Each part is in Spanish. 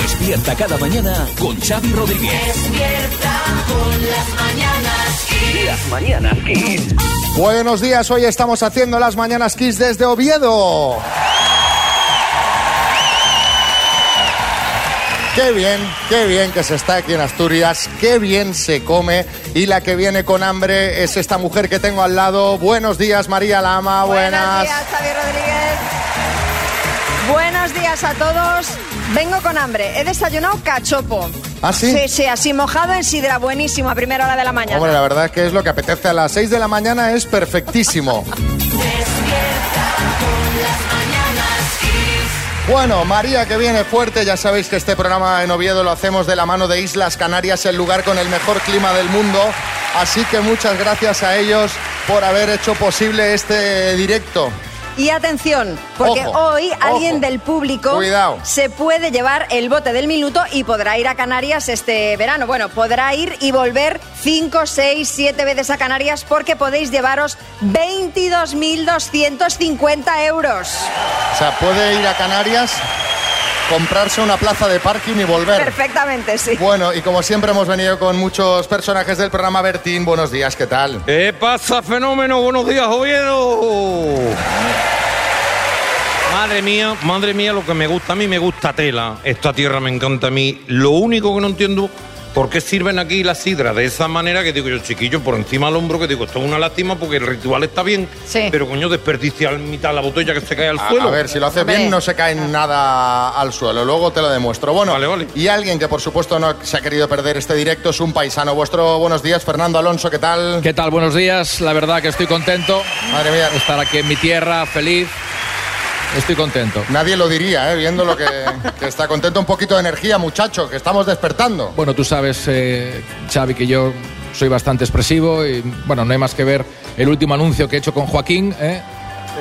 despierta cada mañana con Xavi Rodríguez. Despierta con las mañanas Kiss. Las mañanas Kiss. Buenos días, hoy estamos haciendo las Mañanas Kiss desde Oviedo. Qué bien, qué bien que se está aquí en Asturias, qué bien se come y la que viene con hambre es esta mujer que tengo al lado. Buenos días, María Lama, buenas. Buenos días, Xavi Rodríguez. Buenos días a todos. Vengo con hambre. He desayunado cachopo. ¿Ah, sí? Sí, sí, así mojado en sidra. Buenísimo, a primera hora de la mañana. Hombre, la verdad es que es lo que apetece a las 6 de la mañana, es perfectísimo. Despierta con las mañanas Kiss. Bueno, María, que viene fuerte, ya sabéis que este programa en Oviedo lo hacemos de la mano de Islas Canarias, el lugar con el mejor clima del mundo, así que muchas gracias a ellos por haber hecho posible este directo. Y atención, porque Ojo, hoy ojo. alguien del público Cuidado. se puede llevar el bote del minuto y podrá ir a Canarias este verano. Bueno, podrá ir y volver 5, 6, 7 veces a Canarias porque podéis llevaros 22.250 euros. O sea, puede ir a Canarias, comprarse una plaza de parking y volver. Perfectamente, sí. Bueno, y como siempre hemos venido con muchos personajes del programa Bertín, buenos días, ¿qué tal? ¿Qué pasa, fenómeno? Buenos días, Oviedo. Madre mía, madre mía, lo que me gusta. A mí me gusta tela. Esta tierra me encanta a mí. Lo único que no entiendo, ¿por qué sirven aquí las sidras de esa manera que digo yo, chiquillo, por encima al hombro, que digo, esto es una lástima porque el ritual está bien, Sí. pero coño, desperdiciar en mitad la botella que se cae al A, suelo. a ver, si lo haces Hombre. bien no se cae nada al suelo, luego te lo demuestro. Bueno, Vale, vale. y alguien que por supuesto no se ha querido perder este directo es un paisano vuestro. Buenos días, Fernando Alonso, ¿qué tal? ¿Qué tal? Buenos días. La verdad que estoy contento Madre mía, de estar aquí en mi tierra, feliz. Estoy contento. nadie lo diría, ¿eh? viendo lo que, que está contento, un poquito de energía, muchacho, que estamos despertando. Bueno, tú sabes, eh, Xavi, que yo soy bastante expresivo y, bueno, no hay más que ver el último anuncio que he hecho con Joaquín. ¿eh?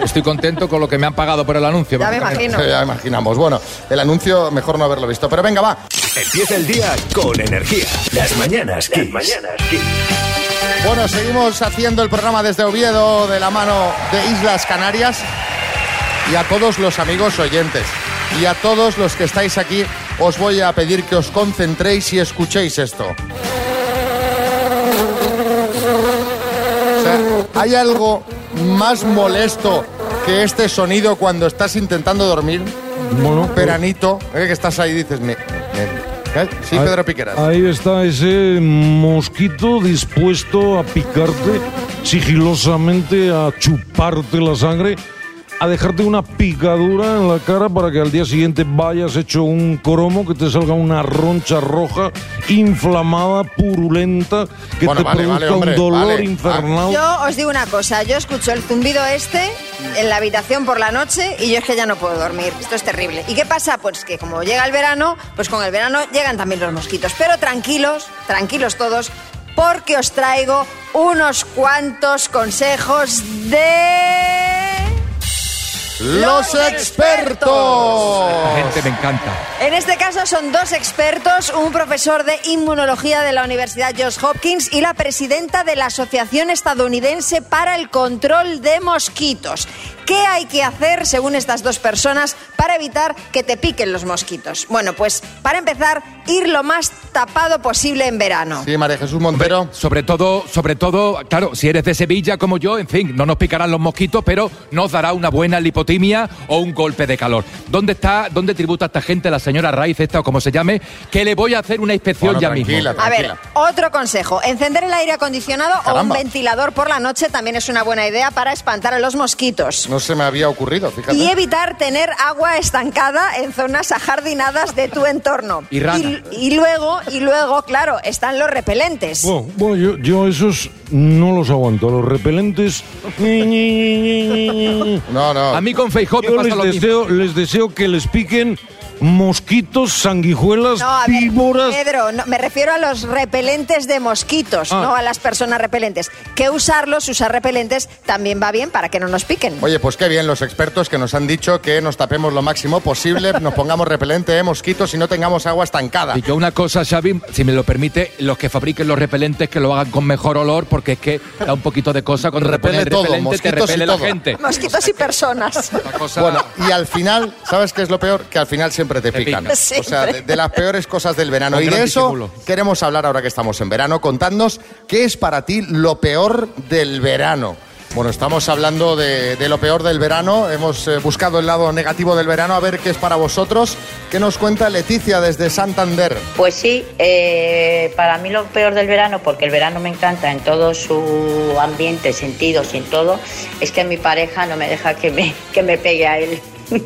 Estoy contento con lo que me han pagado por el anuncio. Ya me básicamente. imagino. Ya imaginamos. Bueno, el anuncio mejor no haberlo visto, pero venga, va. Empieza el día con energía. Las mañanas Kiss. Bueno, seguimos haciendo el programa desde Oviedo de la mano de Islas Canarias y a todos los amigos oyentes y a todos los que estáis aquí os voy a pedir que os concentréis y escuchéis esto. O sea, ¿Hay algo más molesto que este sonido cuando estás intentando dormir? Un pues, Peranito, eh, que estás ahí y dices... "Me- me- ¿eh? Sí, Ahí- Pedro Piqueras. Ahí está ese mosquito dispuesto a picarte sigilosamente, a chuparte la sangre, a dejarte una picadura en la cara para que al día siguiente vayas hecho un cromo, que te salga una roncha roja, inflamada, purulenta, que Bueno, te vale, produzca vale, hombre, un dolor vale. Ah. infernal. Yo os digo una cosa, yo escucho el zumbido este en la habitación por la noche y yo es que ya no puedo dormir, esto es terrible. ¿Y qué pasa? Pues que como llega el verano, pues con el verano llegan también los mosquitos, pero tranquilos, tranquilos todos, porque os traigo unos cuantos consejos de... Los La expertos. gente me encanta. En este caso son dos expertos, un profesor de inmunología de la Universidad Johns Hopkins y la presidenta de la Asociación Estadounidense para el Control de Mosquitos. ¿Qué hay que hacer, según estas dos personas, para evitar que te piquen los mosquitos? Bueno, pues para empezar, ir lo más tapado posible en verano. Sí, María Jesús Montero. Sobre todo, sobre todo, claro, si eres de Sevilla como yo, en fin, no nos picarán los mosquitos, pero nos dará una buena lipotimia o un golpe de calor. ¿Dónde está, dónde tributa esta gente, la señora Raíz, esta o como se llame, que le voy a hacer una inspección Bueno, ya tranquila, mismo? A ver, tranquila. otro consejo. Encender el aire acondicionado o un Caramba. ventilador por la noche también es una buena idea para espantar a los mosquitos. No se me había ocurrido, fíjate. Y evitar tener agua estancada en zonas ajardinadas de tu entorno. Y rana. y luego, y luego, claro, están los repelentes. Bueno, bueno, yo, yo esos no los aguanto, los repelentes... ñi, ñi, ñi, ñi, ñi, ñi. No, no. A mí con Feijóo me Yo pasa les lo mismo. deseo, les deseo que les piquen mosquitos, sanguijuelas, No, a ver, víboras. Pedro, no, me refiero a los repelentes de mosquitos, Ah. no a las personas repelentes. Que usarlos, usar repelentes, también va bien para que no nos piquen. Oye, pues qué bien los expertos que nos han dicho que nos tapemos lo máximo posible, nos pongamos repelente, eh, mosquitos y no tengamos agua estancada. Y yo una cosa, Xavi, si me lo permite, los que fabriquen los repelentes que lo hagan con mejor olor, porque es que da un poquito de cosa cuando te Repele ponen todo, repelente, te mosquitos y repele la todo. gente. Mosquitos y personas. Esta cosa- Bueno, y al final, ¿sabes qué es lo peor? Que al final siempre siempre te Te pican. pican. O sea, de, de las peores cosas del verano. Con Y gran de eso disimulo. queremos hablar ahora que estamos en verano. Contadnos qué es para ti lo peor del verano. Bueno, estamos hablando de, de lo peor del verano. Hemos eh, buscado el lado negativo del verano a ver qué es para vosotros. ¿Qué nos cuenta Leticia desde Santander? Pues sí, eh, para mí lo peor del verano, porque el verano me encanta en todo su ambiente, sentidos y en todo, es que mi pareja no me deja que me, que me pegue a él,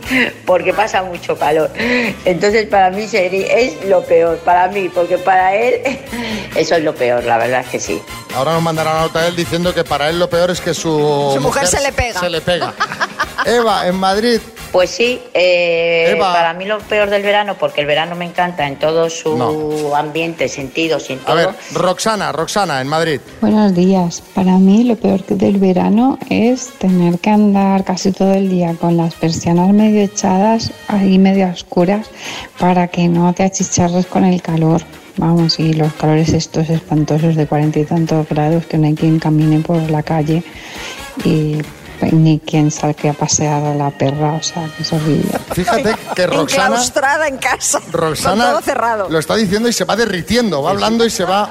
porque pasa mucho calor. Entonces para mí sería, es lo peor, para mí, porque para él eso es lo peor, la verdad es que sí. Ahora nos mandará una nota a él diciendo que para él lo peor es que su, Su mujer se le pega. Se le pega. Eva, en Madrid, Pues sí, eh, Eva. para mí lo peor del verano, porque el verano me encanta en todo su No. ambiente, sentidos y en todo. a ver, Roxana, Roxana, en Madrid. Buenos días. Para mí lo peor que- del verano es tener que andar casi todo el día con las persianas medio echadas, ahí medio oscuras, para que no te achicharres con el calor. Vamos, y los calores estos espantosos de cuarenta y tantos grados que no hay quien camine por la calle y pues, ni quien salga a pasear a la perra, o sea, que es horrible. Fíjate que Roxana, Enclaustrada en casa. Roxana Con todo cerrado. lo está diciendo y se va derritiendo, va hablando y se va...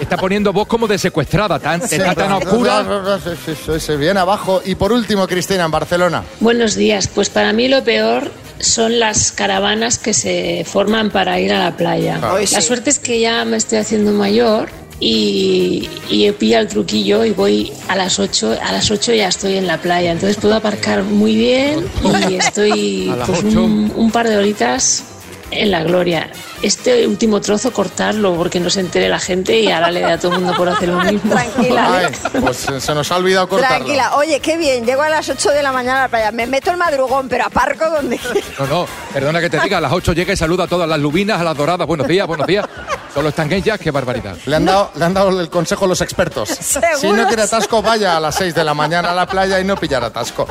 Está poniendo voz como de secuestrada, tan, está tan oscura. Sí, sí, sí, Se viene abajo. Y por último, Cristina, en Barcelona. Buenos días, pues para mí lo peor son las caravanas que se forman para ir a la playa. Ay, La sí. suerte es que ya me estoy haciendo mayor y, y he pillado el truquillo y voy a las 8, a las 8 ya estoy en la playa, entonces puedo aparcar muy bien y estoy A las pues, ocho. un, un par de horitas en la gloria. Este último trozo cortarlo porque no se entere la gente y ahora le da a todo el mundo por hacer lo mismo. Tranquila. ¿eh? Ay, pues se se nos ha olvidado cortarlo. Tranquila, oye, qué bien, llego a las 8 de la mañana a la playa, me meto el madrugón, pero aparco donde quiera. No, no, perdona que te diga, a las 8 llega y saluda a todas las lubinas, a las doradas, buenos días, buenos días. Solo están ellas, qué barbaridad. Le han, dado, le han dado el consejo los expertos. Si no Seguros. quiere atasco, vaya a las 6 de la mañana a la playa y no pillar atasco.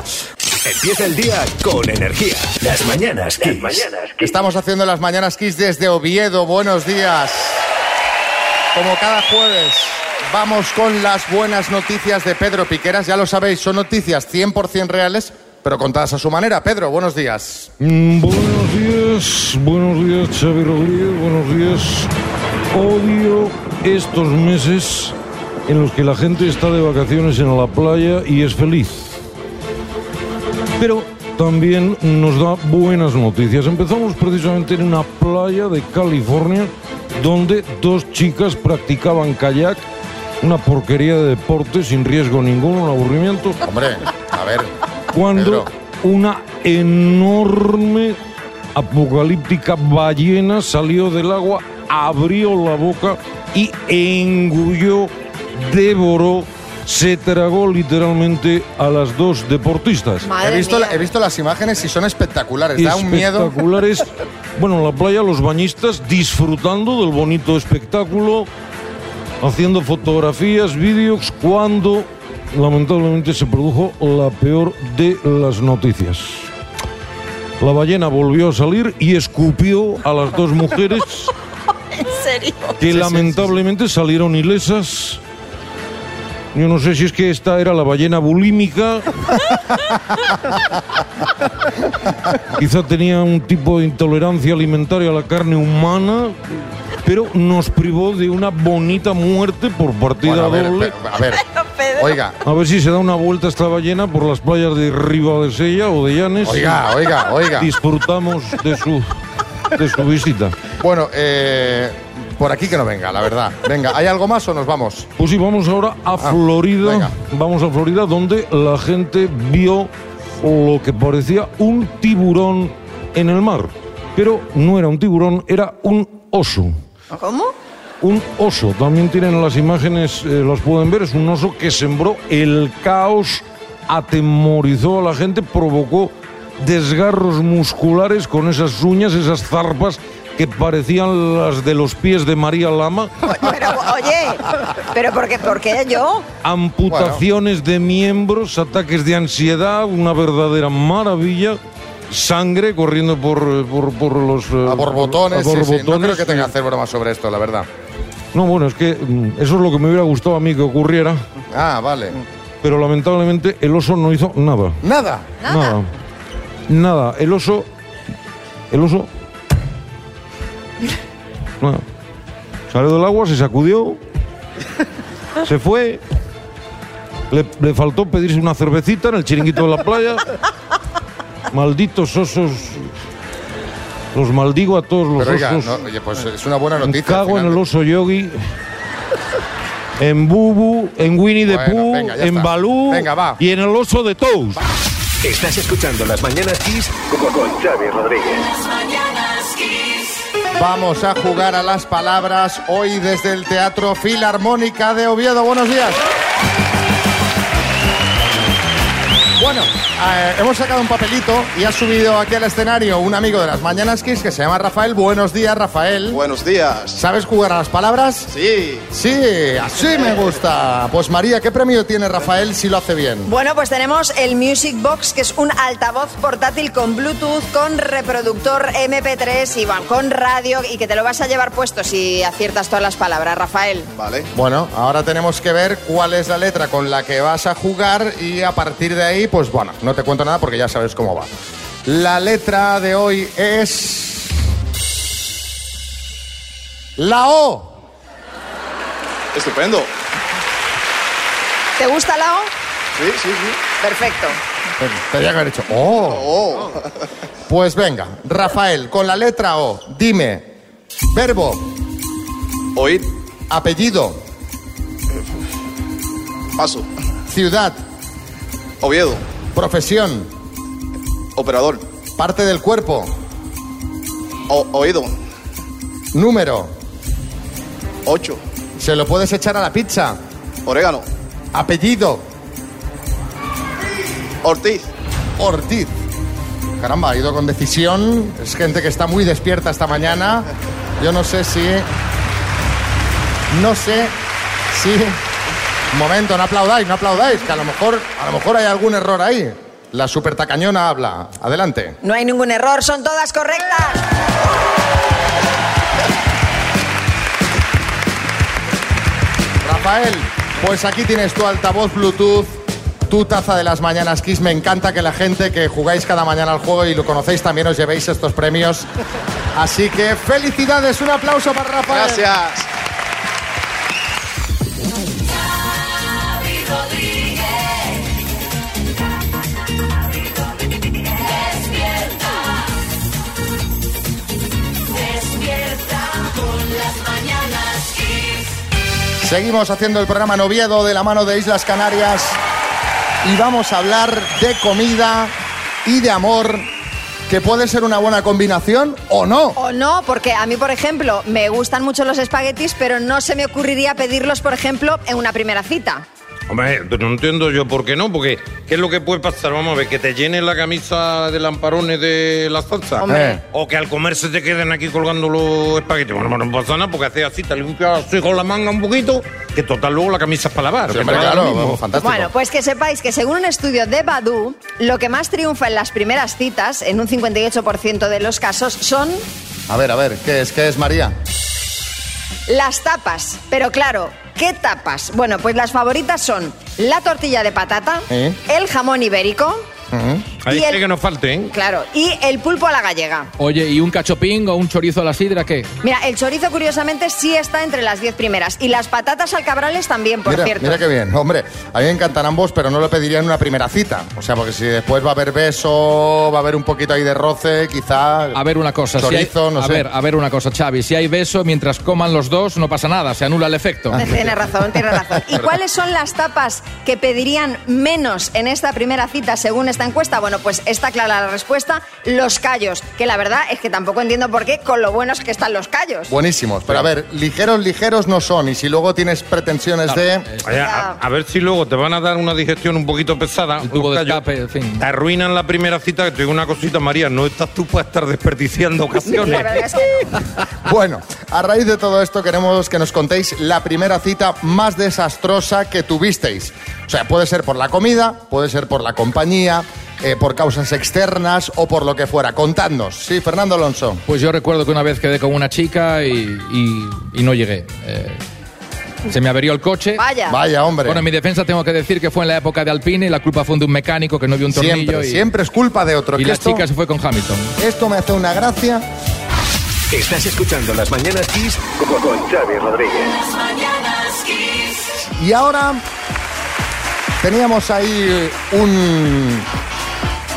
Empieza el día con energía. Las mañanas Kiss. Estamos haciendo las mañanas Kiss desde Oviedo. Buenos días. Como cada jueves, vamos con las buenas noticias de Pedro Piqueras. Ya lo sabéis, son noticias 100% reales, pero contadas a su manera. Pedro, buenos días. Mm, Buenos días, buenos días Xavi Rodríguez, buenos días. Odio estos meses en los que la gente está de vacaciones en la playa y es feliz. Pero también nos da buenas noticias. Empezamos precisamente en una playa de California donde dos chicas practicaban kayak, una porquería de deporte sin riesgo ninguno, un aburrimiento Hombre, a ver. cuando Pedro. una enorme apocalíptica ballena salió del agua, abrió la boca y engulló, devoró, se tragó literalmente a las dos deportistas. He visto, la- he visto las imágenes y son espectaculares. Da un miedo. Espectaculares. Bueno, en la playa los bañistas disfrutando del bonito espectáculo, haciendo fotografías, vídeos, cuando lamentablemente se produjo la peor de las noticias. La ballena volvió a salir y escupió a las dos mujeres que lamentablemente salieron ilesas. Yo no sé si es que esta era la ballena bulímica. Quizá tenía un tipo de intolerancia alimentaria a la carne humana, pero nos privó de una bonita muerte por Bueno, partida a ver, doble. pe- a ver. Oiga, A ver si se da una vuelta esta ballena por las playas de Ribadesella o de Llanes. oiga, oiga, oiga. Disfrutamos de su, de su visita. Bueno, eh, por aquí que no venga, la verdad. Venga, ¿hay algo más o nos vamos? Pues sí, vamos ahora a Florida. venga. Vamos a Florida, donde la gente vio lo que parecía un tiburón en el mar. Pero no era un tiburón, era un oso. ¿Cómo? Un oso, también tienen las imágenes, eh, las pueden ver, es un oso que sembró el caos, atemorizó a la gente, provocó desgarros musculares con esas uñas, esas zarpas que parecían las de los pies de María Lama. Pero, oye, pero ¿por qué, por qué yo? amputaciones de miembros, ataques de ansiedad, una verdadera maravilla. Sangre corriendo por, eh, por, por los... eh, A borbotones, a sí, sí. No borbotones, creo que tenga que sí. hacer bromas sobre esto, la verdad. No, bueno, es que mm, eso es lo que me hubiera gustado a mí que ocurriera, Ah, vale. pero lamentablemente el oso no hizo nada. Nada. Nada. Nada. El oso El oso. Bueno, salió del agua, se sacudió, se fue. Le, le faltó pedirse una cervecita en el chiringuito de la playa. Malditos osos. Los maldigo a todos los Pero oiga, osos. no, oye, pues es una buena noticia. Me cago al en final. el oso yogi. En Bubu, en Winnie the Bueno, Pooh, venga, ya en está. Balú Venga, va. y en el oso de Tous. Estás escuchando Las Mañanas Kiss con, con Xavi Rodríguez. Las mañanas Kiss. Vamos a jugar a las palabras hoy desde el Teatro Filarmónica de Oviedo. Buenos días. Bueno, eh, hemos sacado un papelito y ha subido aquí al escenario un amigo de las Mañanas Kiss que se llama Rafael. Buenos días, Rafael. Buenos días. ¿Sabes jugar a las palabras? Sí, Sí, así me gusta. Pues María, ¿qué premio tiene Rafael si lo hace bien? Bueno, pues tenemos el Music Box, que es un altavoz portátil con Bluetooth, con reproductor MP3 y bueno, con radio y que te lo vas a llevar puesto si aciertas todas las palabras, Rafael. vale. Bueno, ahora tenemos que ver cuál es la letra con la que vas a jugar y a partir de ahí, pues bueno, no te cuento nada porque ya sabes cómo va. La letra de hoy es... La O. Estupendo. ¿Te gusta la O? Sí, sí, sí. Perfecto. Te Tendría que haber dicho... Oh, Oh. Pues venga, Rafael, con la letra O, dime, verbo, oír, apellido, paso. ciudad, Oviedo, profesión, operador. parte del cuerpo, O- oído, número, ocho. se lo puedes echar a la pizza, Orégano, apellido, Ortiz, Ortiz. Caramba, ha ido con decisión. Es gente que está muy despierta esta mañana. Yo no sé si. No sé si. Un momento, no aplaudáis, no aplaudáis, que a lo mejor, a lo mejor hay algún error ahí. La supertacañona habla. Adelante. No hay ningún error, son todas correctas. Rafael, pues aquí tienes tu altavoz Bluetooth, tu taza de las mañanas Kiss. Me encanta que la gente que jugáis cada mañana al juego y lo conocéis también os llevéis estos premios. Así que felicidades, un aplauso para Rafael. gracias. Xavi Rodríguez. Despierta. Despierta con las mañanas Kiss. Seguimos haciendo el programa en Oviedo de la mano de Islas Canarias y vamos a hablar de comida y de amor, que puede ser una buena combinación o no. O no, porque a mí, por ejemplo, me gustan mucho los espaguetis, pero no se me ocurriría pedirlos, por ejemplo, en una primera cita. Hombre, no entiendo yo por qué no, porque ¿qué es lo que puede pasar? Vamos a ver, que te llene la camisa de lamparones de la salsa. Hombre. Eh. O que al comer se te queden aquí colgando los espaguetis. Bueno, no pasa nada, porque haces así, te limpias así con la manga un poquito, que total luego la camisa es para lavar. Sí, que hombre, te va a dar lo claro, mismo. vamos, fantástico. Bueno, pues que sepáis que según un estudio de Badu, lo que más triunfa en las primeras citas, en un 58% de los casos, son A ver, a ver, ¿qué es, qué es María? las tapas. Pero claro, ¿qué tapas? Bueno, pues las favoritas son la tortilla de patata, ¿Eh? el jamón ibérico, Ahí y sí el- que nos falte, ¿eh? claro, y el pulpo a la gallega. Oye, ¿y un cachopín o un chorizo a la sidra qué? Mira, el chorizo curiosamente sí está entre las 10 primeras y las patatas al cabrales también, por mira, cierto. mira qué bien. Hombre, a mí me encantan ambos, pero no lo pediría en una primera cita. O sea, porque si después va a haber beso, va a haber un poquito ahí de roce, quizá... A ver una cosa, si hay- Chorizo, no a sé. ver, a ver una cosa, Xavi, si hay beso mientras coman los dos no pasa nada, se anula el efecto. Ah, Tienes razón, tienes razón. ¿Y cuáles son las tapas que pedirían menos en esta primera cita según esta encuesta? Bueno, pues está clara la respuesta, los callos, que la verdad es que tampoco entiendo por qué con lo buenos que están los callos. Buenísimos, pero a ver, ligeros, ligeros no son. Y si luego tienes pretensiones de... Oye, a, a ver si luego te van a dar una digestión un poquito pesada. El tubo de Oscar, yo- escape, en fin. Te arruinan la primera cita, que te digo una cosita, María, no estás tú para estar desperdiciando La ocasiones. verdad es que no. Bueno, a raíz de todo esto queremos que nos contéis la primera cita más desastrosa que tuvisteis. O sea, puede ser por la comida, puede ser por la compañía, eh, por causas externas o por lo que fuera. Contadnos. Sí, Fernando Alonso. Pues yo recuerdo que una vez quedé con una chica y, y- y no llegué. Eh, Se me averió el coche. Vaya. Vaya, hombre. Bueno, en mi defensa tengo que decir que fue en la época de Alpine y la culpa fue de un mecánico que no vio un tornillo. Siempre, y, siempre es culpa de otro. Y que la esto- chica se fue con Hamilton. Esto me hace una gracia. Estás escuchando Las Mañanas Kiss con, con Xavi Rodríguez. Las mañanas Kiss. Y ahora teníamos ahí un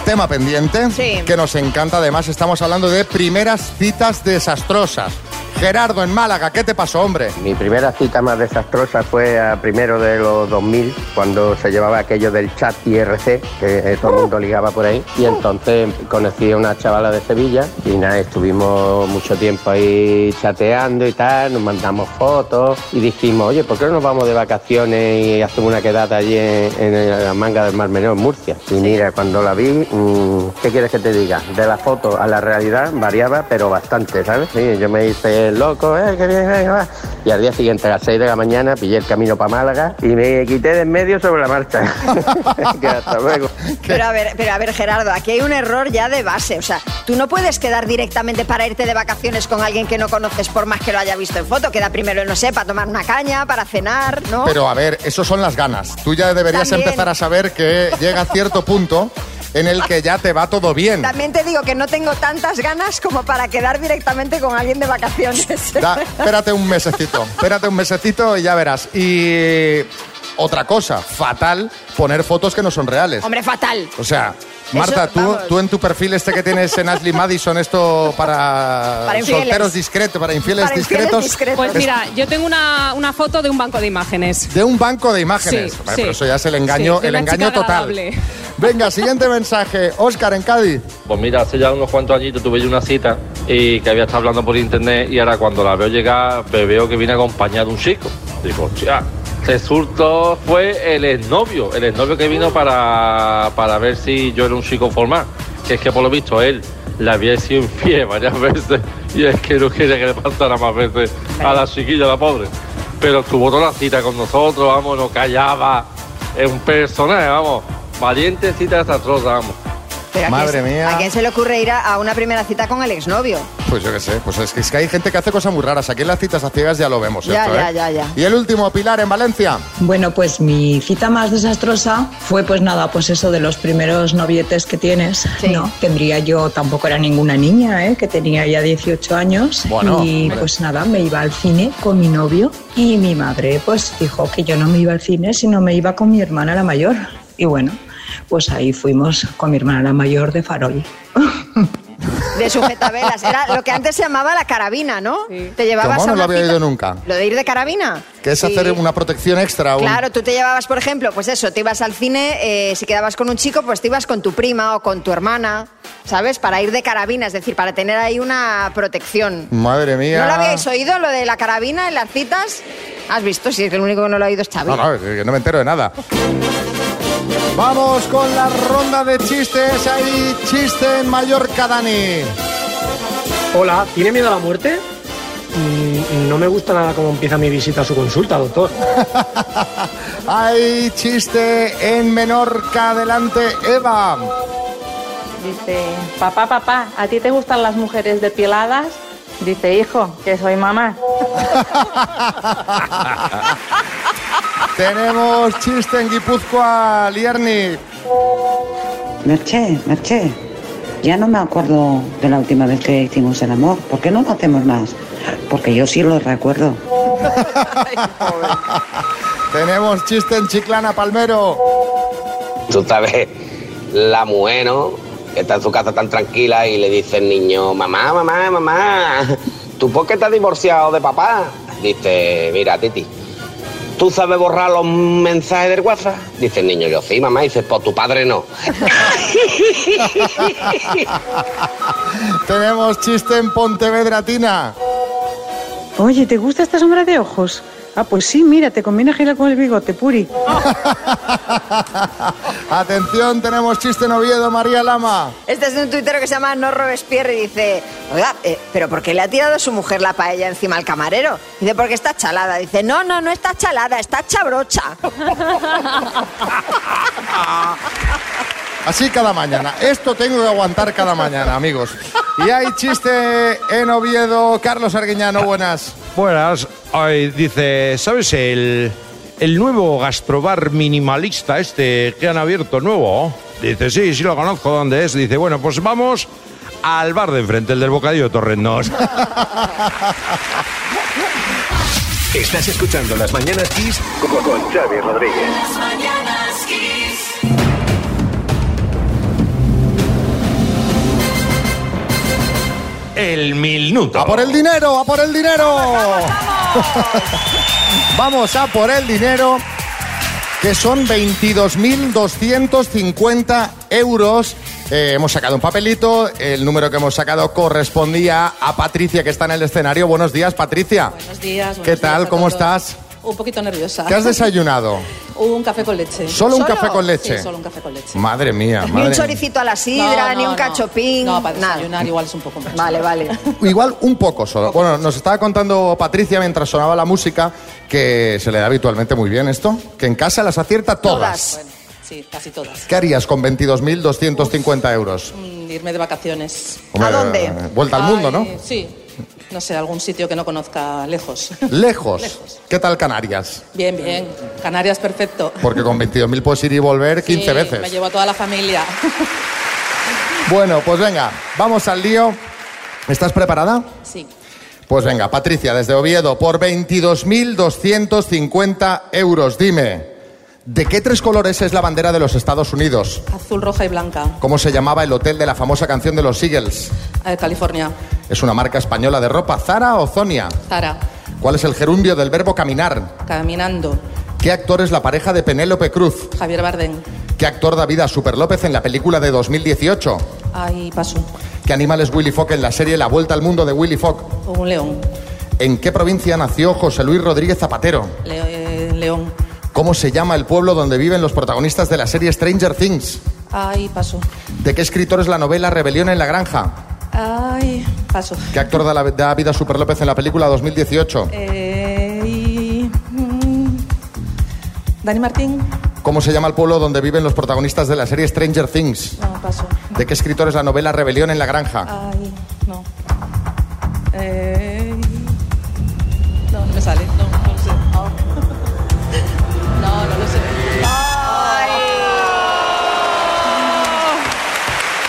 tema pendiente Sí. que nos encanta. Además, estamos hablando de primeras citas desastrosas. Gerardo, en Málaga, ¿qué te pasó, hombre? Mi primera cita más desastrosa fue a primero de los 2000, cuando se llevaba aquello del chat IRC, que eh, todo el mundo ligaba por ahí. Y entonces conocí a una chavala de Sevilla y nada, estuvimos mucho tiempo ahí chateando y tal, nos mandamos fotos y dijimos, oye, ¿por qué no nos vamos de vacaciones y hacemos una quedada allí en, en la manga del Mar Menor, en Murcia? Y mira, cuando la vi, mm, ¿qué quieres que te diga? De la foto a la realidad variaba, pero bastante, ¿sabes? Sí, yo me hice loco, eh, qué bien, eh, qué va. Y al día siguiente, a las 6 de la mañana, pillé el camino para Málaga y me quité de en medio sobre la marcha. que hasta luego. Pero a, ver, pero a ver, Gerardo, aquí hay un error ya de base. O sea, tú no puedes quedar directamente para irte de vacaciones con alguien que no conoces por más que lo haya visto en foto. Queda primero, no sé, para tomar una caña, para cenar, ¿no? Pero a ver, eso son las ganas. Tú ya deberías También. empezar a saber que llega cierto punto en el que ya te va todo bien. También te digo que no tengo tantas ganas como para quedar directamente con alguien de vacaciones. Da- espérate un mesecito, espérate un mesecito y ya verás. Y otra cosa, fatal poner fotos que no son reales. Hombre, fatal. O sea, Marta, Eso, tú, vamos. tú en tu perfil este que tienes en Ashley Madison, esto para, Para infieles. solteros discretos, para infieles Para infieles discretos, discretos. Pues Es mira, Ah, yo tengo una, una foto de un banco de imágenes. de un banco de imágenes. Sí, Hombre, sí. Pero eso ya es el engaño, Sí, de el una chica engaño total. agradable. Venga, siguiente mensaje. Óscar en Cádiz. Pues mira, hace ya unos cuantos añitos tuve yo una cita y que había estado hablando por internet y ahora cuando la veo llegar, me veo que viene acompañado de un chico. Digo, hostia, resultó fue el exnovio, el exnovio que vino para, para ver si yo era un chico formal. Que es que por lo visto él la había sido infiel varias veces y es que no quería que le pasara más veces a la chiquilla, la pobre. Pero tuvo toda la cita con nosotros, vamos, no callaba. Es un personaje, vamos. Valiente cita desastrosa, vamos. Pero ¿a quién Madre se- mía. ¿A quién se le ocurre ir a, a una primera cita con el exnovio? Pues yo qué sé, pues es que, es que hay gente que hace cosas muy raras. Aquí en las citas a ciegas ya lo vemos. Ya, esto, ya, ¿eh? ya, ya. Y el último, Pilar en Valencia. Bueno, pues mi cita más desastrosa fue pues nada, pues eso de los primeros novietes que tienes, ¿no? Tendría yo, tampoco era ninguna niña, ¿eh? que tenía ya 18 años Bueno, y hombre. pues nada, me iba al cine con mi novio y mi madre pues dijo que yo no me iba al cine, sino me iba con mi hermana la mayor. Y bueno, pues ahí fuimos con mi hermana la mayor de Farol. De sujetabelas. Era lo que antes se llamaba la carabina, ¿no? Te llevabas ¿Cómo? No lo a una había cita- oído nunca. ¿Lo de ir de carabina? Que es Sí. hacer una protección extra. un- Claro, tú te llevabas, por ejemplo, pues eso, te ibas al cine, eh, si quedabas con un chico, pues te ibas con tu prima o con tu hermana, ¿sabes? Para ir de carabina, es decir, para tener ahí una protección. Madre mía. ¿No lo habíais oído, lo de la carabina en las citas? ¿Has visto? Si es que el único que no lo ha oído es Xavi. No, no, es que no me entero de nada. Vamos con la ronda de chistes. Hay chiste en Mallorca, Dani. Hola, ¿tiene miedo a la muerte? Mm, No me gusta nada cómo empieza mi visita a su consulta, doctor. Hay chiste en Menorca. Adelante, Eva. Dice, papá, papá, ¿a ti te gustan las mujeres depiladas? Dice, hijo, que soy mamá. Tenemos chiste en Guipúzcoa, Lierni. Merche, Merche, ya no me acuerdo de la última vez que hicimos el amor. ¿Por qué no lo hacemos más? Porque yo sí lo recuerdo. Tenemos chiste en Chiclana, Palmero. Tú sabes, la mujer, ¿no? Que está en su casa tan tranquila y le dice el niño, mamá, mamá, mamá, ¿tú por qué te has divorciado de papá? Dice, mira, Titi, ¿tú sabes borrar los mensajes del WhatsApp? Dice el niño, yo sí, mamá. Dice, pues tu padre no. Tenemos chiste en Pontevedra, Tina. Oye, ¿te gusta esta sombra de ojos? Ah, pues sí, mira, te conviene girar con el bigote, Puri. Atención, tenemos chiste en Oviedo, María Lama. Este es de un tuitero que se llama No Robespierre y dice, oiga, eh, pero ¿por qué le ha tirado su mujer la paella encima al camarero? Dice, porque está chalada. Dice, no, no, no está chalada, está chabrocha. Así cada mañana. Esto tengo que aguantar cada mañana, amigos. Y hay chiste en Oviedo. Carlos Arguiñano, buenas. Buenas. Ay, dice, ¿sabes el, el nuevo gastrobar minimalista este que han abierto nuevo? Dice, sí, sí lo conozco, ¿dónde es? Dice, bueno, pues vamos al bar de enfrente, el del bocadillo de Torrendón. Estás escuchando Las Mañanas Kiss con, con Xavi Rodríguez. Las mañanas Kiss. El minuto. ¡A por el dinero! ¡A por el dinero! ¡Vamos, a por el dinero, que son 22.250 euros. Eh, hemos sacado un papelito, el número que hemos sacado correspondía a Patricia, que está en el escenario. Buenos días, Patricia. Buenos días. ¿Qué buenos días tal? a ¿Cómo todos. estás? Un poquito nerviosa. ¿Qué has desayunado? Un café con leche. ¿Solo un café con leche? Sí, solo un café con leche. Madre mía, Ni un madre mía. choricito a la sidra, No, no, ni un no. cachopín. No, para nada. desayunar igual es un poco más. Vale, vale. Igual un poco solo. Bueno, nos estaba contando Patricia mientras sonaba la música que se le da habitualmente muy bien esto, que en casa las acierta todas. Bueno, sí, casi todas. ¿Qué harías con 22.250 euros? Mm, Irme de vacaciones. Hombre, eh, Vuelta al mundo, ¿no? Ay, Sí. No sé, algún sitio que no conozca lejos. Lejos. ¿Qué tal Canarias? Bien, bien. Canarias, perfecto. Porque con 22.000 puedes ir y volver 15 Sí, veces. Me llevo a toda la familia. Bueno, pues venga, vamos al lío. ¿Estás preparada? Sí. Pues venga, Patricia, desde Oviedo, por 22.250 euros, dime, ¿de qué tres colores es la bandera de los Estados Unidos? Azul, roja y blanca. ¿Cómo se llamaba el hotel de la famosa canción de los Eagles? Eh, California. ¿Es una marca española de ropa, Zara o Zonia? Zara. ¿Cuál es el gerundio del verbo caminar? Caminando. ¿Qué actor es la pareja de Penélope Cruz? Javier Bardem. ¿Qué actor da vida a Super López en la película de 2018? Ahí paso. ¿Qué animal es Willy Fogg en la serie La Vuelta al Mundo de Willy Fogg? Un león. ¿En qué provincia nació José Luis Rodríguez Zapatero? Le- eh, león. ¿Cómo se llama el pueblo donde viven los protagonistas de la serie Stranger Things? Ahí paso. ¿De qué escritor es la novela Rebelión en la Granja? Ay, paso. ¿Qué actor da, la, da vida a Super López en la película 2018? Eh, y, mm, Dani Martín, ¿Cómo se llama el pueblo donde viven los protagonistas de la serie Stranger Things? no, paso. ¿De qué escritor es la novela Rebelión en la Granja? Ay, no. Eh, no, no me sale, no, no lo sé. Ah. No, no lo sé.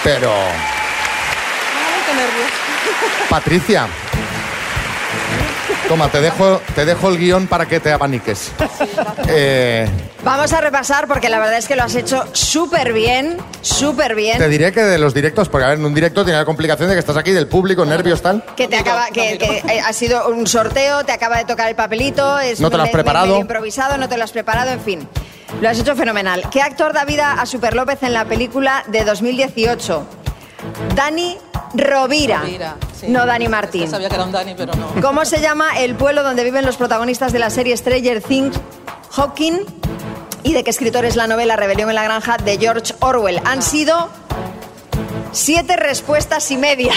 Pero, Ay, qué nervios. Patricia, toma, te dejo, te dejo el guión para que te abaniques. Eh, Vamos a repasar porque la verdad es que lo has hecho súper bien, súper bien. te diré que de los directos, porque a ver, en un directo tiene la complicación de que estás aquí, del público, nervios, tal. Que te acaba, que, que, eh, ha sido un sorteo, te acaba de tocar el papelito, es No te lo has me- me- preparado. medio improvisado, no te lo has preparado, en fin. Lo has hecho fenomenal. ¿Qué actor da vida a Super López en la película de 2018? Dani Rovira. Rovira, sí. No Dani Martín. Ya sabía que era un Dani, pero no. ¿Cómo se llama el pueblo donde viven los protagonistas de la serie Stranger Things, Hawking? ¿Y de qué escritor es la novela Rebelión en la Granja de George Orwell? Han sido siete respuestas y media.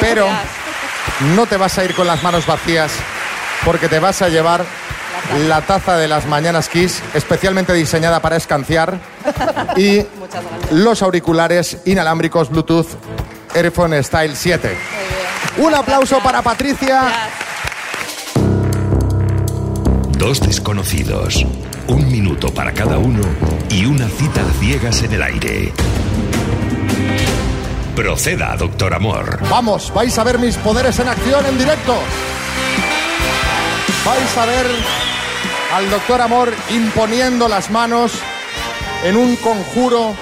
Pero no te vas a ir con las manos vacías porque te vas a llevar la taza de las mañanas Kiss, especialmente diseñada para escanciar, y los auriculares inalámbricos Bluetooth Airphone Style 7. Un aplauso para Patricia. Dos desconocidos, un minuto para cada uno y una cita a ciegas en el aire. Proceda, doctor Amor. Vamos, vais a ver mis poderes en acción en directo. Vais a ver al doctor Amor imponiendo las manos en un conjuro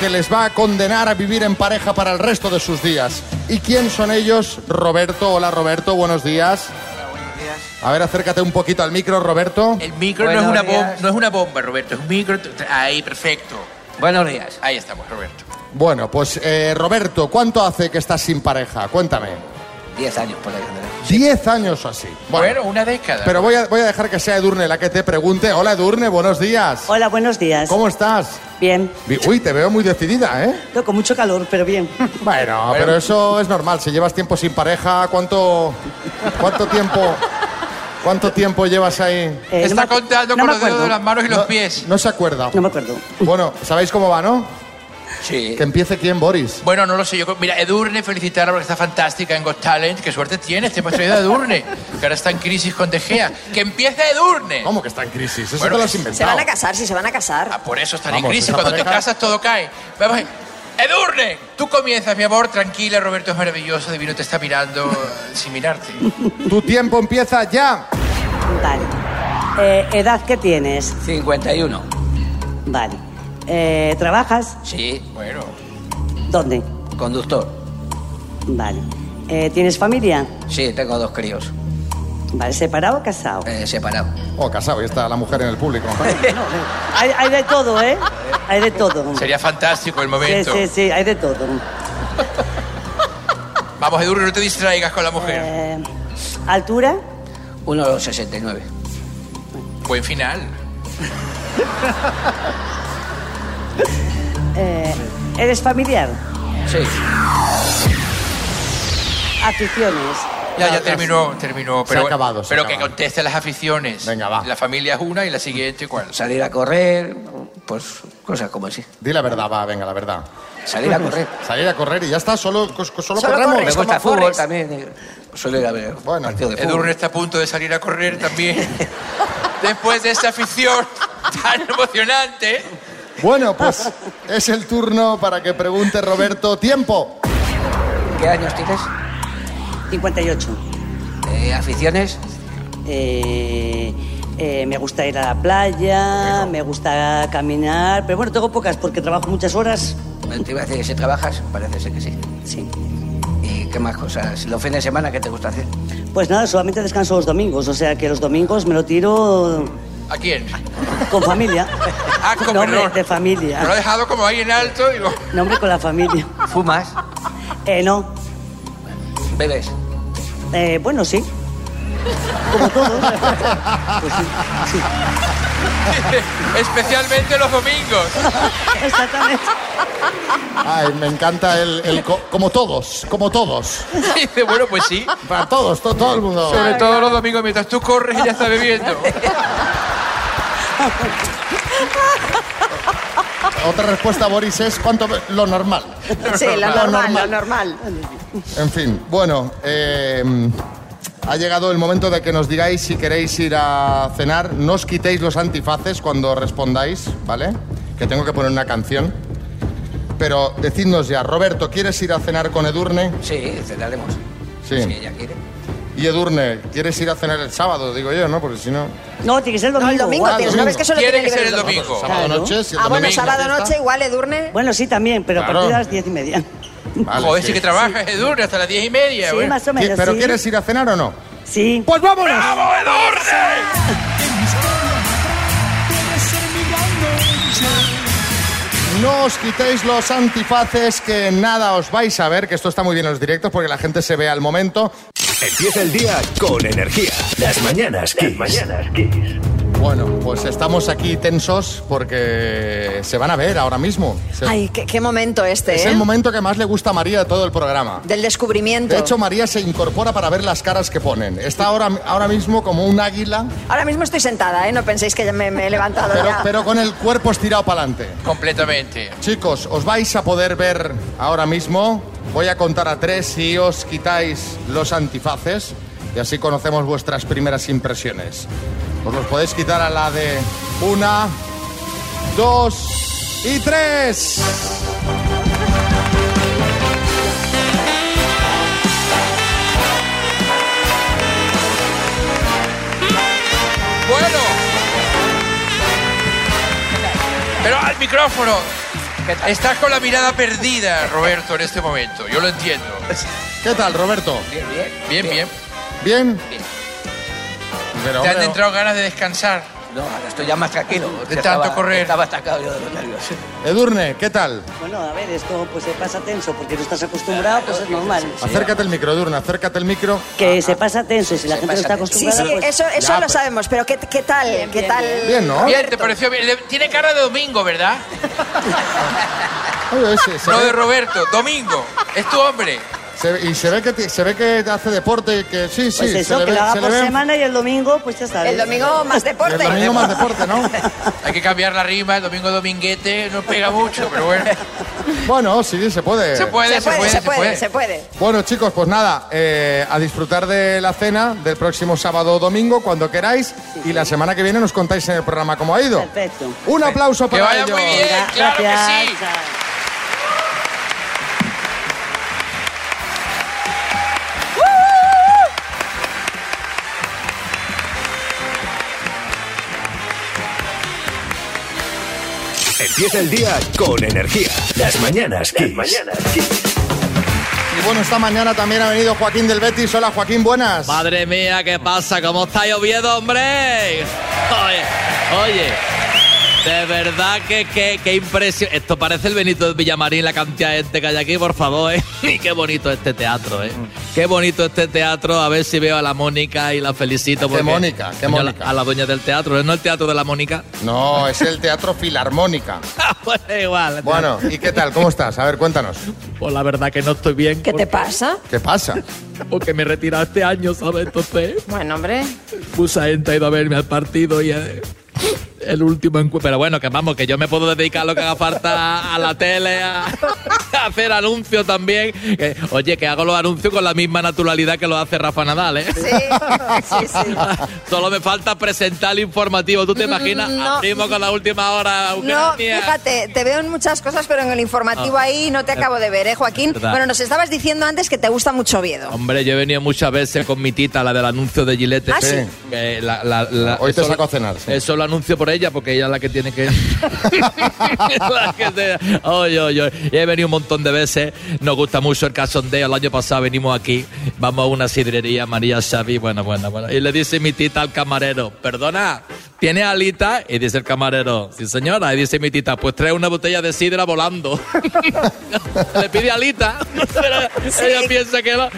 que les va a condenar a vivir en pareja para el resto de sus días. ¿Y quién son ellos? Roberto, hola Roberto, buenos días. A ver, acércate un poquito al micro, Roberto. El micro no es, una bom- no es una bomba, Roberto, es un micro. Ahí, perfecto. Buenos días. Ahí estamos, Roberto. Bueno, pues eh, Roberto, ¿cuánto hace que estás sin pareja? Cuéntame. Diez años por la general. Diez años o así. Bueno, una década. Pero voy a, voy a dejar que sea Edurne la que te pregunte. Hola Edurne, buenos días. Hola, buenos días. ¿Cómo estás? Bien. Uy, te veo muy decidida, ¿eh? No, con mucho calor, pero bien. Bueno, pero eso es normal. Si llevas tiempo sin pareja, ¿cuánto, cuánto tiempo, cuánto tiempo llevas ahí? Eh, Está no me acu- contando no con me los dedos acuerdo. de las manos y los No- pies. No se acuerda. No me acuerdo. Bueno, sabéis cómo va, ¿no? Que empiece quién, Boris. Bueno, no lo sé. Yo, creo- mira, Edurne, felicitarla porque está fantástica en Got Talent. Qué suerte tienes, te hemos traído a Edurne. Que ahora está en crisis con De Gea. Que empiece Edurne. ¿Cómo que está en crisis? Eso te lo has Se van a casar, sí, se van a casar. Por eso están Vamos, en crisis. esa Cuando te pareja- casas todo cae. Vamos. ahí. Edurne, tú comienzas, mi amor, tranquila. Roberto es maravilloso. Divino te está mirando eh, sin mirarte. Tu tiempo empieza ya. Vale. Eh, ¿Edad qué tienes? 51. Vale. Eh, ¿Trabajas? Sí, bueno. ¿Dónde? Conductor. Vale. Eh, ¿Tienes familia? Sí, tengo dos críos. Eh, Vale, ¿separado o casado? separado. Oh, casado, y está la mujer en el público. Hay, hay de todo, ¿eh? Hay de todo. Sería fantástico el Sí, momento. sí, sí, hay de todo. Vamos, Edurne, no te distraigas con la mujer. Eh. ¿Altura? 1,69. Buen final. Eh, ¿Eres familiar? Sí. ¿Aficiones? Ya, ya terminó, terminó. Se Pero, ha bueno, acabado, se ha pero que acabado. conteste las aficiones. Venga, va. La familia es una y la siguiente, ¿cuál? Salir a correr, pues cosas como así. Di la verdad, va, venga, la verdad. Salir a correr. Pues, Salir a correr y ya está, solo, cos- cos- solo, Solo corremos. corres, Me gusta el Solo fútbol corres. también. Suele ir a ver bueno. de fútbol. Edurne está a punto de salir a correr también. Después de esa afición tan emocionante. Bueno, pues es el turno para que pregunte Roberto. ¡Tiempo! ¿Qué años tienes? 58. ¿Aficiones? Eh, eh, me gusta ir a la playa, me gusta caminar, pero bueno, tengo pocas porque trabajo muchas horas. Te iba a decir que si trabajas, parece ser que sí. Sí. ¿Y qué más cosas? ¿Los fines de semana qué te gusta hacer? Pues nada, solamente descanso los domingos, o sea que los domingos me lo tiro ¿A quién? con familia. Ah, con No, hombre, perdón. de familia. Lo he dejado como ahí en alto y lo... No, hombre, con la familia. ¿Fumas? Eh, no. ¿Bebes? Eh, bueno, sí. Como todos. Pues sí, sí. Especialmente los domingos. Exactamente. Ay, me encanta el, el co- como todos, como todos. Dice, bueno, pues sí. Para todos, to- todo el mundo. Sobre todo los domingos, mientras tú corres, ella está bebiendo. Otra respuesta, Boris, es cuánto lo normal. Sí, lo normal, lo normal. En fin, bueno, eh, ha llegado el momento de que nos digáis si queréis ir a cenar. No os quitéis los antifaces cuando respondáis, ¿vale? Que tengo que poner una canción. Pero decidnos ya, Roberto, ¿quieres ir a cenar con Edurne? Sí, cenaremos. Sí. quiere. Y Edurne, ¿quieres ir a cenar el sábado? Digo yo, ¿no? Porque si no. No, tiene que ser el domingo. el domingo, Ah, tío, domingo. una vez que solo Tiene tiene que libre ser el Oh. domingo. Sábado noche, si el Ah, bueno, domingo. sábado Ya está. noche igual, Edurne. Bueno, sí, también, pero a Claro. partir de las diez y media. Joder, sí sí. que trabaja, Edurne, hasta las diez y media. ¿eh? Sí, bueno. más o menos, ¿Pero sí. quieres ir a cenar o no? Sí. ¡Pues vámonos! No os quitéis los antifaces, que nada os vais a ver, que esto está muy bien en los directos porque la gente se ve al momento. Empieza el día con energía. Las mañanas Kiss. mañanas Bueno, pues estamos aquí tensos porque se van a ver ahora mismo. Se- Ay, qué, qué momento este, es ¿eh? el momento que más le gusta a María de todo el programa. Del descubrimiento. De hecho, María se incorpora para ver las caras que ponen. Está ahora, ahora mismo como un águila, Ahora mismo estoy sentada, ¿eh? No penséis que ya me, me he levantado pero, ya. pero con el cuerpo estirado para adelante. Completamente. Chicos, os vais a poder ver ahora mismo. Voy a contar a tres y os quitáis los antifaces y así conocemos vuestras primeras impresiones. Os los podéis quitar a la de una, dos y tres. Bueno. Pero al micrófono. Estás con la mirada perdida, Roberto, en este momento. Yo lo entiendo. ¿Qué tal, Roberto? Bien, bien. Bien, bien. ¿Bien? Pero, ¿Te han hombre, entrado ganas de descansar? No, ahora estoy ya más tranquilo. De tanto correr. Estaba atacado yo de los nervios. Edurne, ¿qué tal? Bueno, a ver, esto pues se pasa tenso porque no estás acostumbrado, pues es normal. Acércate el micro, Edurne, acércate el micro. Que se pasa tenso y si la Se gente no pasa está tenso. acostumbrada. Sí, sí, pues- eso, eso Ya, lo pero- sabemos, pero ¿qué, qué tal? ¿Qué tal? Bien, ¿no? Bien, te pareció bien. Le- Tiene cara de domingo, ¿verdad? Oye, ese- se No ve- de Roberto, domingo. Es tu hombre. Se- y se ve, que, ti- se ve que hace deporte, que sí, sí. Pues eso, se que le ve, lo haga se le por ve. semana y el domingo, pues ya sabes. El domingo más deporte. El domingo más deporte, ¿no? Hay que cambiar la rima, el domingo dominguete no pega mucho, pero bueno. Bueno, sí, se puede. Se puede, se puede, se puede. se puede. Bueno, chicos, pues nada, eh, a disfrutar de la cena del próximo sábado o domingo, cuando queráis. Y la semana que viene nos contáis en el programa cómo ha ido. Perfecto. Un aplauso Que para vaya ellos. muy bien, claro que sí. Empieza el día con energía. Las mañanas Kiss. mañanas Y bueno, esta mañana también ha venido Joaquín del Betis. Hola, Joaquín, buenas. Madre mía, ¿qué pasa? ¿Cómo está lloviendo, hombre? Oye, oye, de verdad que qué, impresión. Esto parece el Benito de Villamarín, la cantidad de gente que hay aquí, por favor, ¿eh? Y qué bonito este teatro, ¿eh? Qué bonito este teatro. A ver si veo a la Mónica y la felicito. porque- Mónica? ¿Qué Coño, a la- Mónica? A la dueña del teatro, ¿no el teatro de la Mónica? Ah, pues No, es el Teatro Filarmónica. igual. Bueno, ¿y qué tal? ¿Cómo estás? A ver, cuéntanos. Pues la verdad que no estoy bien. ¿Qué te pasa? ¿Qué pasa? Porque me he retirado este año, ¿sabes? Entonces. Bueno, hombre. Mucha gente ha ido a verme al partido y eh, el último encuentro. Pero bueno, que vamos, que yo me puedo dedicar lo que haga falta a la tele, a, a hacer anuncios también. Que, oye, que hago los anuncios con la misma naturalidad que lo hace Rafa Nadal, ¿eh? Sí, sí, sí. Solo me falta presentar el informativo. ¿Tú te imaginas? no. Abrimos con la última hora. No, Eugenia. fíjate, te veo en muchas cosas, pero en el informativo Ah. ahí no te acabo de ver, ¿eh, Joaquín? Es verdad. Bueno, nos estabas diciendo antes que te gusta mucho Oviedo. Hombre, yo he venido muchas veces con mi tita, la del anuncio de Gillette. Ah, sí. Que la- la- la- Hoy te eso- saco a cenar. Eso lo anuncio por ella, porque ella es la que tiene que... La que te- Oye, oye, oye. Y He venido un montón de veces. Nos gusta mucho el casondeo. El año pasado venimos aquí. Vamos a una sidrería, María Xavi. Bueno, bueno, bueno. Y le dice mi tita al camarero, perdona, ¿tiene alita? Y dice el camarero, sí señora. Y dice mi tita, pues trae una botella de sidra volando. le pide alita. Pero ella piensa que era-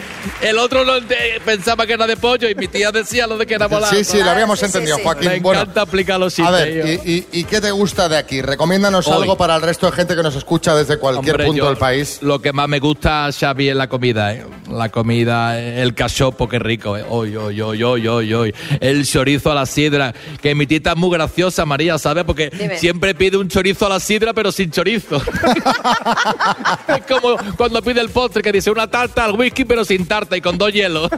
el otro lo ente- pensaba que era de pollo y mi tía decía lo de que era volando. Sí, sí, lo habíamos entendido, Joaquín. Me Bueno, encanta aplicar los A chistes, ver, yo. y, y- y qué te gusta de aquí? Recomiéndanos Hoy. algo para el resto de gente que nos escucha desde cualquier Hombre, punto yo del país. Lo que más me gusta, Xavi, es la comida, ¿eh? La comida, eh, el cachopo, qué rico, ¿eh? Oy, oy, oy, oy, oy, oy. El chorizo a la sidra, que mi tita es muy graciosa, María, ¿sabes? Porque Dime. siempre pide un chorizo a la sidra, pero sin chorizo. es como cuando pide el postre, que dice una tarta al whisky, pero sin tarta y con dos hielos.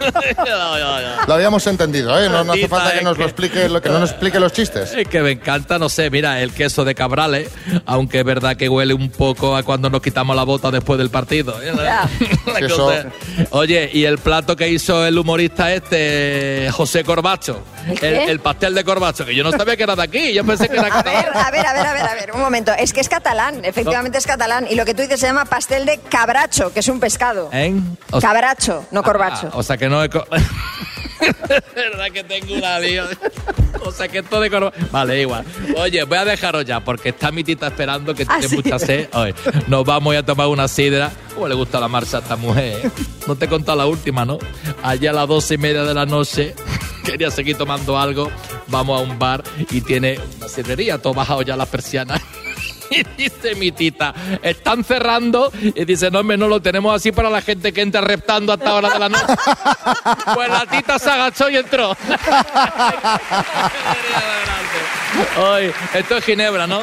Lo habíamos entendido, ¿eh? No, no Maldita, hace falta que es nos lo explique, lo que no nos explique los chistes. Es que me encanta, no sé, mira, el queso de cabrales, aunque es verdad que huele un poco a cuando nos quitamos la bota después del partido. ¿eh? La Queso. cosa es- Oye, y el plato que hizo el humorista este, José Corbacho, ¿El el, qué? el pastel de Corbacho, que yo no sabía que era de aquí, yo pensé que era catalán. A ver, a ver, a ver, a ver, un momento. Es que es catalán, efectivamente es catalán. Y lo que tú dices se llama pastel de cabracho, que es un pescado. ¿Eh? O sea- Cabracho, no corbacho. Ah, o sea que no es... co- verdad que tengo una lío. O sea que esto de corba- Vale, igual. Oye, voy a dejaros ya porque está mi tita esperando que Ah, tiene sí. mucha sed. Oye, nos vamos a tomar una sidra. ¿Cómo le gusta la marcha a esta mujer? eh? No te he contado la última, ¿no? Allá a las doce y media de la noche quería seguir tomando algo. Vamos a un bar y tiene una sidrería. Todo bajado ya las persianas. Y dice mi tita, están cerrando. Y dice, no, hombre, no lo tenemos así para la gente que entra reptando hasta hora de la noche. Pues la tita se agachó y entró. Ay, esto es Ginebra, ¿no?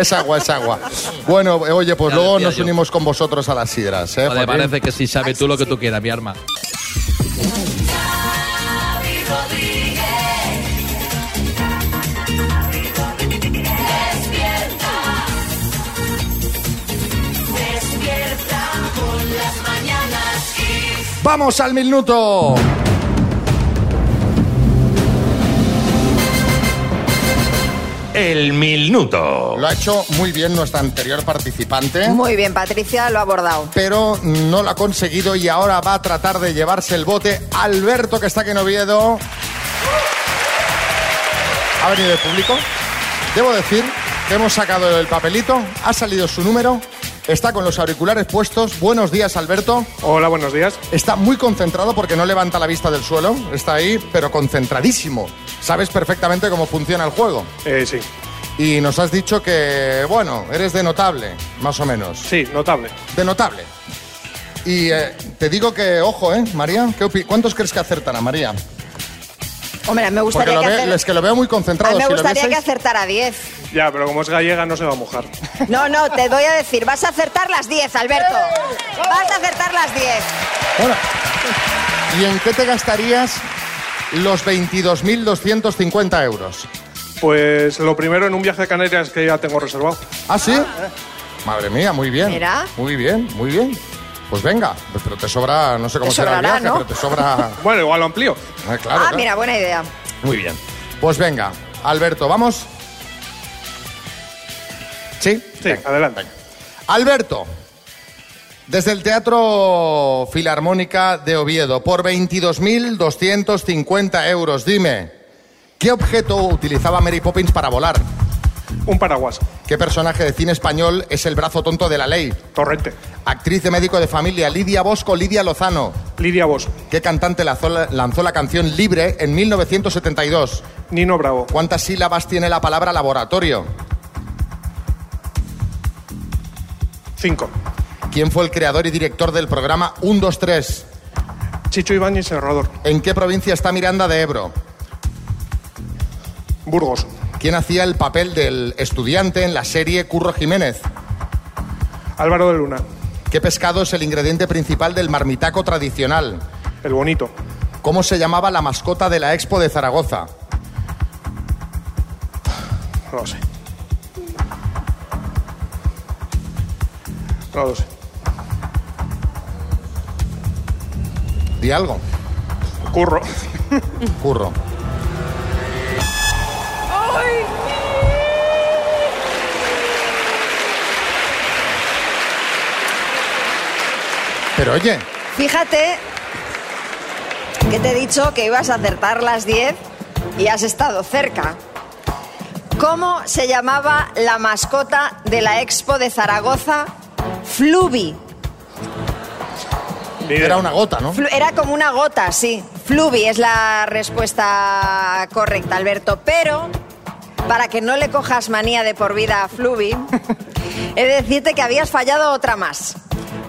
es agua, es agua. Bueno, eh, oye, pues Ya luego decía nos yo. unimos con vosotros a las sidras, ¿eh? Vale, Joaquín? parece que sí sabes tú lo que tú quieras, mi arma. Xavi Rodríguez. Despierta. Despierta con las mañanas Kiss. ¡Vamos al minuto! El minuto. Lo ha hecho muy bien nuestra anterior participante. ¿eh? Muy bien, Patricia, lo ha abordado. Pero no lo ha conseguido y ahora va a tratar de llevarse el bote Alberto, que está aquí en Oviedo. Ha venido el público. Debo decir que hemos sacado el papelito, ha salido su número, está con los auriculares puestos. Buenos días, Alberto. Hola, buenos días. Está muy concentrado porque no levanta la vista del suelo, está ahí, pero concentradísimo. Sabes perfectamente cómo funciona el juego. Eh, sí. Y nos has dicho que, bueno, eres de notable, más o menos. Sí, notable. De notable. Y eh, te digo que, ojo, ¿eh, María? ¿qué opi- ¿Cuántos crees que acertan a María? Hombre, me Porque gustaría lo que ve- hacer- es que lo veo muy a concentrado. mí me si lo gustaría que vieseis- acertara 10. Ya, pero como es gallega no se va a mojar. No, no, te voy a decir, vas a acertar las 10, Alberto. ¡Eh! Vas a acertar las 10. Bueno, ¿y en qué te gastarías los 22.250 euros? Pues lo primero en un viaje a Canarias que ya tengo reservado. ¿Ah, sí? Madre mía, muy bien. Mira. Muy bien, muy bien. Pues venga, pero te sobra, no sé cómo Te será el sobrará, viaje, ¿no? pero te sobra. bueno, igual lo amplío. Ah, claro, ah, claro. mira, buena idea. Muy bien. Pues venga, Alberto, ¿vamos? ¿Sí? Sí, adelante. Alberto, desde el Teatro Filarmónica de Oviedo, por 22.250 euros, dime, ¿qué objeto utilizaba Mary Poppins para volar? Un paraguas. ¿Qué personaje de cine español es el brazo tonto de la ley? Torrente. Actriz de médico de familia, Lidia Bosco, Lidia Lozano. Lidia Bosco. ¿Qué cantante lanzó la, lanzó la canción Libre en 1972? Nino Bravo. ¿Cuántas sílabas tiene la palabra laboratorio? Cinco. ¿Quién fue el creador y director del programa 1, 2, 3? Chicho Ibáñez Serrador. ¿En qué provincia está Miranda de Ebro? Burgos. ¿Quién hacía el papel del estudiante en la serie Curro Jiménez? Álvaro de Luna. ¿Qué pescado es el ingrediente principal del marmitaco tradicional? El bonito. ¿Cómo se llamaba la mascota de la Expo de Zaragoza? No lo sé. No lo sé. Di algo. Curro. Curro. Pero oye, Fíjate que te he dicho que ibas a acertar las 10 y has estado cerca. ¿Cómo se llamaba la mascota de la Expo de Zaragoza? Fluvi. era una gota, ¿no? Flu- Era como una gota, sí. Fluvi es la respuesta correcta, Alberto. Pero, para que no le cojas manía de por vida a Fluvi, he de decirte que habías fallado otra más.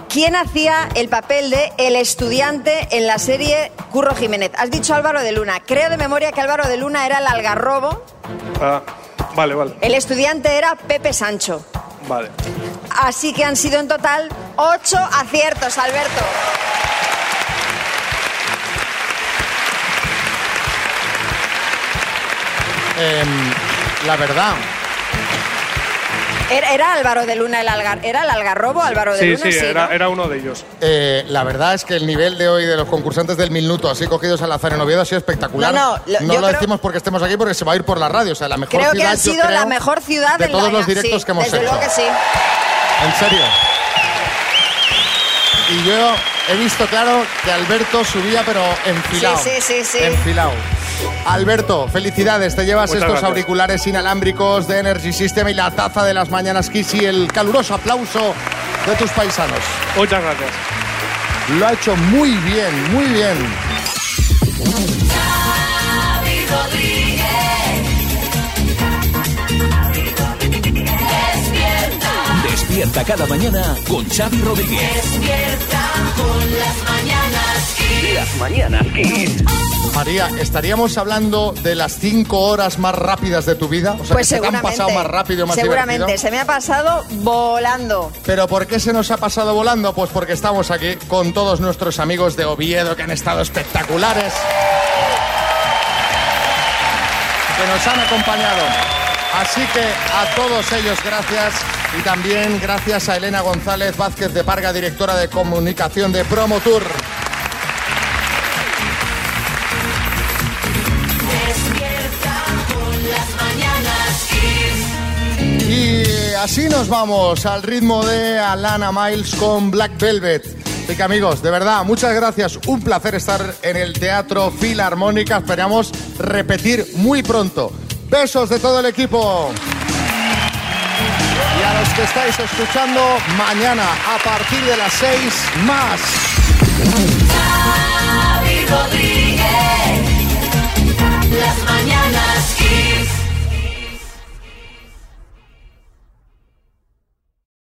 ¿Quién hacía el papel de el estudiante en la serie Curro Jiménez? Has dicho Álvaro de Luna. Creo de memoria que Álvaro de Luna era el algarrobo, Ah, vale, vale. el estudiante era Pepe Sancho. Vale. Así que han sido en total ocho aciertos, Alberto. Em, la verdad. Era, era Álvaro de Luna el algar, era el algarrobo Álvaro de Sí, Luna, sí, sí, era, ¿no? era uno de ellos. eh, la verdad es que el nivel de hoy de los concursantes del minuto, así cogidos al azar en Oviedo, ha sido espectacular. No, no, lo- yo lo creo- decimos porque estemos aquí, porque se va a ir por la radio. O sea, la mejor Creo que ciudad, ha yo sido la creo, mejor ciudad de en todos la- los directos sí, que hemos desde hecho. luego que sí. En serio. Y yo he visto claro que Alberto subía, pero enfilado. Sí, sí, sí, sí. Enfilado. Alberto, felicidades. Te llevas Muchas estos gracias. auriculares inalámbricos de Energy System y la taza de las mañanas Kiss y el caluroso aplauso de tus paisanos. Muchas gracias. Lo ha hecho muy bien, muy bien. Xavi Rodríguez. Despierta, Despierta cada mañana con Xavi Rodríguez. despierta con las mañanas Kiss. Las mañanas Kiss. María, ¿estaríamos hablando de las cinco horas más rápidas de tu vida? O sea, Pues que se te han seguramente. pasado más rápido, más seguramente, divertido. se me ha pasado volando. ¿Pero por qué se nos ha pasado volando? Pues porque estamos aquí con todos nuestros amigos de Oviedo que han estado espectaculares. Que nos han acompañado. Así que a todos ellos gracias y también gracias a Elena González Vázquez de Parga, directora de comunicación de Promotour. Despierta con las mañanas Kiss. Y así nos vamos al ritmo de Alana Miles con Black Velvet. Así que amigos, de verdad, muchas gracias. Un placer estar en el Teatro Filarmónica. Esperamos repetir muy pronto. Besos de todo el equipo. Y a los que estáis escuchando, mañana a partir de las 6 más. Xavi Rodríguez.